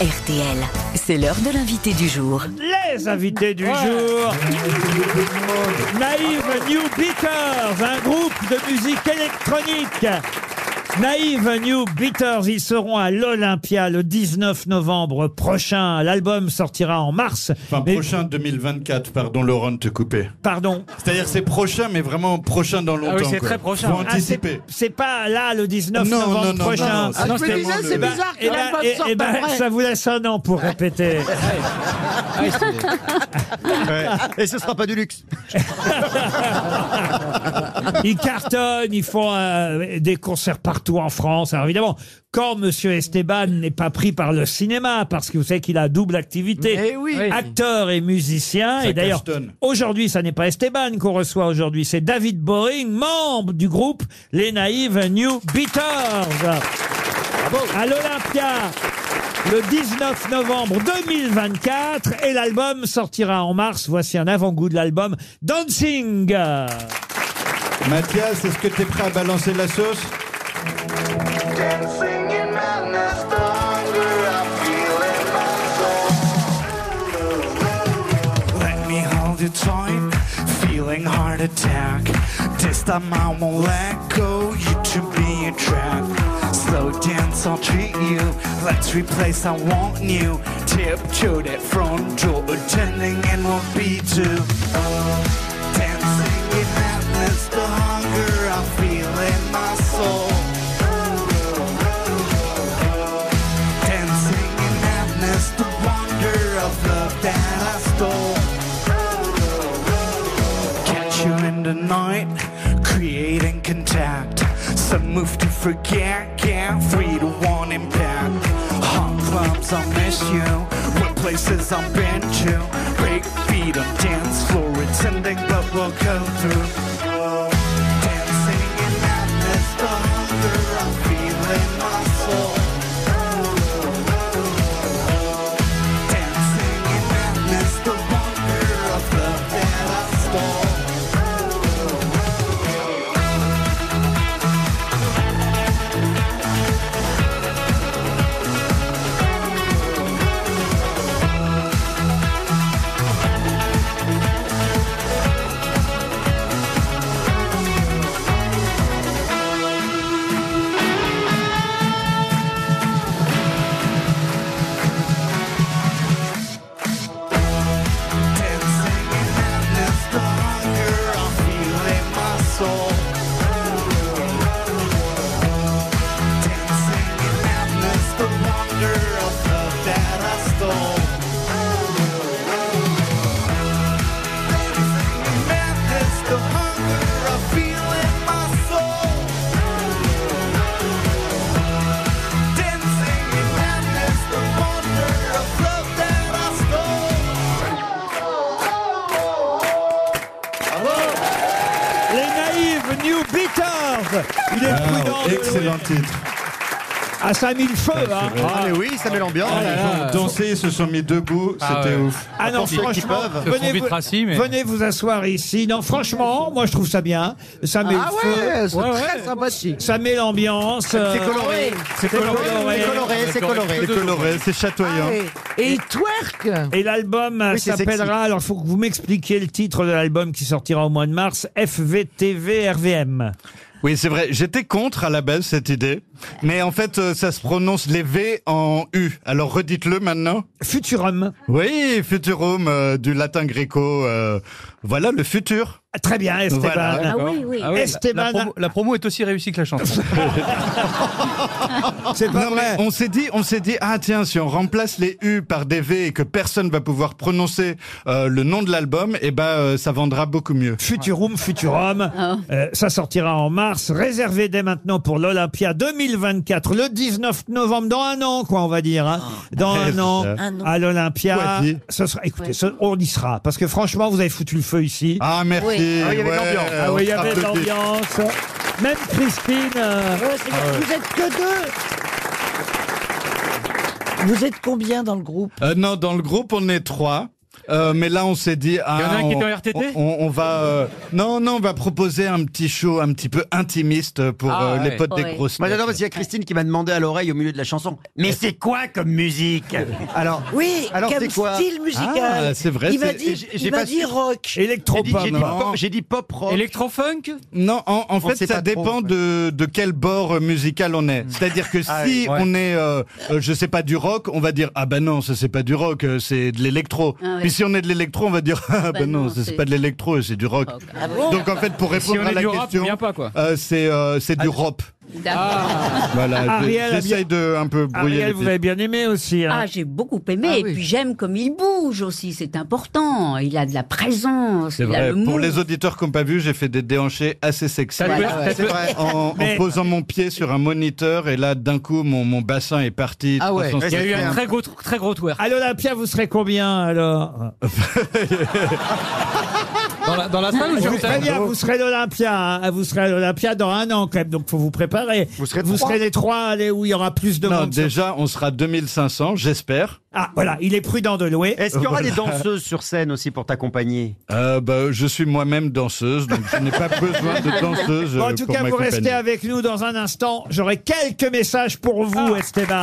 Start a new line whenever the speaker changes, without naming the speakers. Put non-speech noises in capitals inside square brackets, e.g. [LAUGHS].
RTL. C'est l'heure de l'invité du jour.
Les invités du jour. Naïve New Beaters, un groupe de musique électronique. Naïve New Beaters, ils seront à l'Olympia le 19 novembre prochain. L'album sortira en mars.
Enfin,
Mais-
prochain 2024, pardon Laurent de te couper.
Pardon.
C'est-à-dire c'est prochain, mais vraiment prochain dans longtemps.
oui, c'est
quoi.
très prochain.
Faut
Ah,
Ah, c'est [LAUGHS]
anticiper.
c'est pas là le 19
Non,
novembre
non, non,
prochain.
non, non, c'est
Ah non,
tellement
c'est-
Mais ça,
le-
c'est
Eh ben-
bizarre que
eh ben-
l'album
eh-
sorte
eh ben,
après.
ça vous laisse un an pour répéter.
Ah
Et ce sera pas du luxe.
ils cartonnent, ils font euh, des concerts partout en France. Alors évidemment, quand Monsieur Esteban n'est pas pris par le cinéma, parce que vous savez qu'il a double activité,
Eh oui.
Oui.
acteur et musicien,
Ça
et d'ailleurs
cartonne.
aujourd'hui, ça n'est pas Esteban qu'on reçoit aujourd'hui, c'est David Boring, membre du groupe Les Naïves New Beaters. À l'Olympia le 19 novembre 2024 et l'album sortira en mars. Voici un avant-goût de l'album Dancing.
Mathias, est-ce que t'es prêt à balancer la sauce
Dancing in madness, the hunger I feel in my soul. Let me hold you tight, feeling heart attack. This time I won't let go, you to be a trap. Slow dance, I'll treat you. Let's replace, I want you. Tiptoe that front door, attending and won't be too. Dancing in madness, the hunger I feel in my soul. Dancing in madness, the wonder of love that I stole. Catch you in the night, creating contact. Some move to forget, can't free to one impact. Hot clubs, I miss you. What places I've been to. Break beat on dance floor, it's ending, but we'll go through. Dancing in madness, the hunger I feel in my soul. Dancing in madness, the wonder of love that I stole. Dancing in madness, the hunger I feel in my soul. Dancing in madness, the wonder of love that I stole. Dancing in madness, the hunger I feel in my soul. Dancing in madness, the wonder of love that I stole.
Les naïves New Beaters Il est
Ah,
prudent. de
Excellent
louer.
titre.
Ah, ça a mis le feu, hein.
Ah, mais oui, ça met l'ambiance.
Les gens ont dansé, ils se sont mis debout,
Ah
c'était
ouais.
ouf.
Ah non,
Pour ceux qui
franchement,
peuvent.
Se font
venez
vite
vous,
rassis, mais-
venez vous asseoir ici. Non, franchement, moi je trouve ça bien. Ça met
Ah
le feu,
ouais, c'est
Ouais,
très
ouais.
sympathique.
ça met l'ambiance. euh,
C'est coloré.
c'est coloré.
C'est coloré, c'est coloré.
C'est coloré, c'est chatoyant.
Et, et il twerk.
Et l'album euh,
Oui, c'est sexy.
s'appellera, alors faut que vous m'expliquiez le titre de l'album qui sortira au mois de mars, FVTV RVM.
Oui, c'est vrai. J'étais contre à la base cette idée, mais en fait, euh, ça se prononce les V en U. Alors redites-le maintenant.
Futurum.
Oui, Futurum euh, du latin gréco. euh, voilà le futur.
Ah, Très bien, Esteban.
Voilà.
Ah oui, oui.
Ah oui, la-
Esteban.
la, promo, la promo est aussi réussie que la [LAUGHS] chanson.
C'est pas
Non,
vrai.
mais [LAUGHS] on s'est dit, on s'est dit, ah tiens, si on remplace les U par des V et que personne va pouvoir prononcer euh, le nom de l'album, eh ben euh, ça vendra beaucoup mieux.
Futurum, Futurum. Euh, ça sortira en mars. Réservé dès maintenant pour l'Olympia 2024, le 19 novembre, dans un an, quoi, on va dire. hein. Dans
Ouais,
un
c'est
an,
ça.
Un an.
à l'l'Olympia.
Vas-y.
Ce sera, écoutez, ce- on y sera. Parce que franchement, vous avez foutu le feu ici.
Ah merci.
Oui.
Ah, il y avait de
ouais,
l'ambiance.
on
Ah oui, il y
se
avait de
rapplaudit.
l'ambiance. Même Christine. euh,
Ah Ouais, c'est- Vous êtes que deux. Vous êtes combien dans le groupe
Euh, non, dans le groupe on est trois. Euh, mais là, on s'est dit, ah,
Il y en a un qui
on-
était en RTT
on, on va, euh, non, non, on va proposer un petit show un petit peu intimiste pour
Ah,
euh, les
ouais.
potes
Ouais.
des grosses.
Moi
têtes.
j'adore parce qu'il y a Christine qui m'a demandé à l'oreille au milieu de la chanson Mais c'est quoi comme musique Alors,
Oui,
Alors,
comme
c'est quoi
style musical.
Ah, c'est vrai,
Il m'a
c'est-
et
dit,
j'ai- j'ai
il m'a
pas
dit
su-
rock.
j'ai dit, j'ai dit
Electropop.
non.
pop- j'ai dit pop rock.
Electrofunk
Non, en, en
On
fait,
sait
ça
pas trop,
dépend
ouais.
de, de quel bord euh, musical on est. C'est-à-dire que
[LAUGHS] Ah,
si
ouais.
on est, euh, euh, je sais pas, du rock, on va dire ah ben non, ça c'est pas du rock, euh, c'est de l'électro.
Ah ouais.
Puis si on est de l'électro, on va dire [LAUGHS] ah ben
Bah
non,
non,
ça, c'est
c'est-
pas de l'électro, euh, c'est du rock. Donc en fait, pour
Si
répondre
on
à
est
la
du rap, on
question,
vient pas quoi.
euh, c'est euh, c'est du rap. Voilà, j'ai-
Ariel a
j'essaye de un peu
Ariel,
brouiller les
Ah, vous
pistes.
avez bien aimé aussi. hein.
Ah, j'ai beaucoup aimé.
Ah
et
oui.
puis j'aime comme il bouge aussi, c'est important. Il a de la présence,
C'est
il a
vrai.
le move.
Pour les auditeurs qui n'ont pas vu, j'ai fait des déhanchés assez sexy.
Ça te-
Voilà,
ça
Ouais,
te-
c'est vrai.
En, en
Mais-
posant mon pied sur un moniteur et là d'un coup mon, mon bassin est parti.
Ah ouais.
360.
Il y a eu
C'est
un
un-
très gros, très gros twerk.
À l'Olympia, vous serez combien alors
Dans la, salle ou
Vous, très bien, vous serez l'Olympia, hein. vous serez à l'Olympia dans un an quand même, donc faut vous préparer. Vous
serez trois.
les trois les- où il y aura plus de
Non,
monde. sur-
déjà, on sera 2500, j'espère.
Ah voilà, il est prudent de louer.
Est-ce qu'il y aura des danseuses sur scène aussi pour t'accompagner
Euh, bah, je suis moi-même danseuse, donc je n'ai pas [LAUGHS] besoin de danseuse.
Bon, en
euh,
tout
pour
cas, vous
m'accompagner.
restez avec nous dans un instant. J'aurai quelques messages pour vous, Esteban.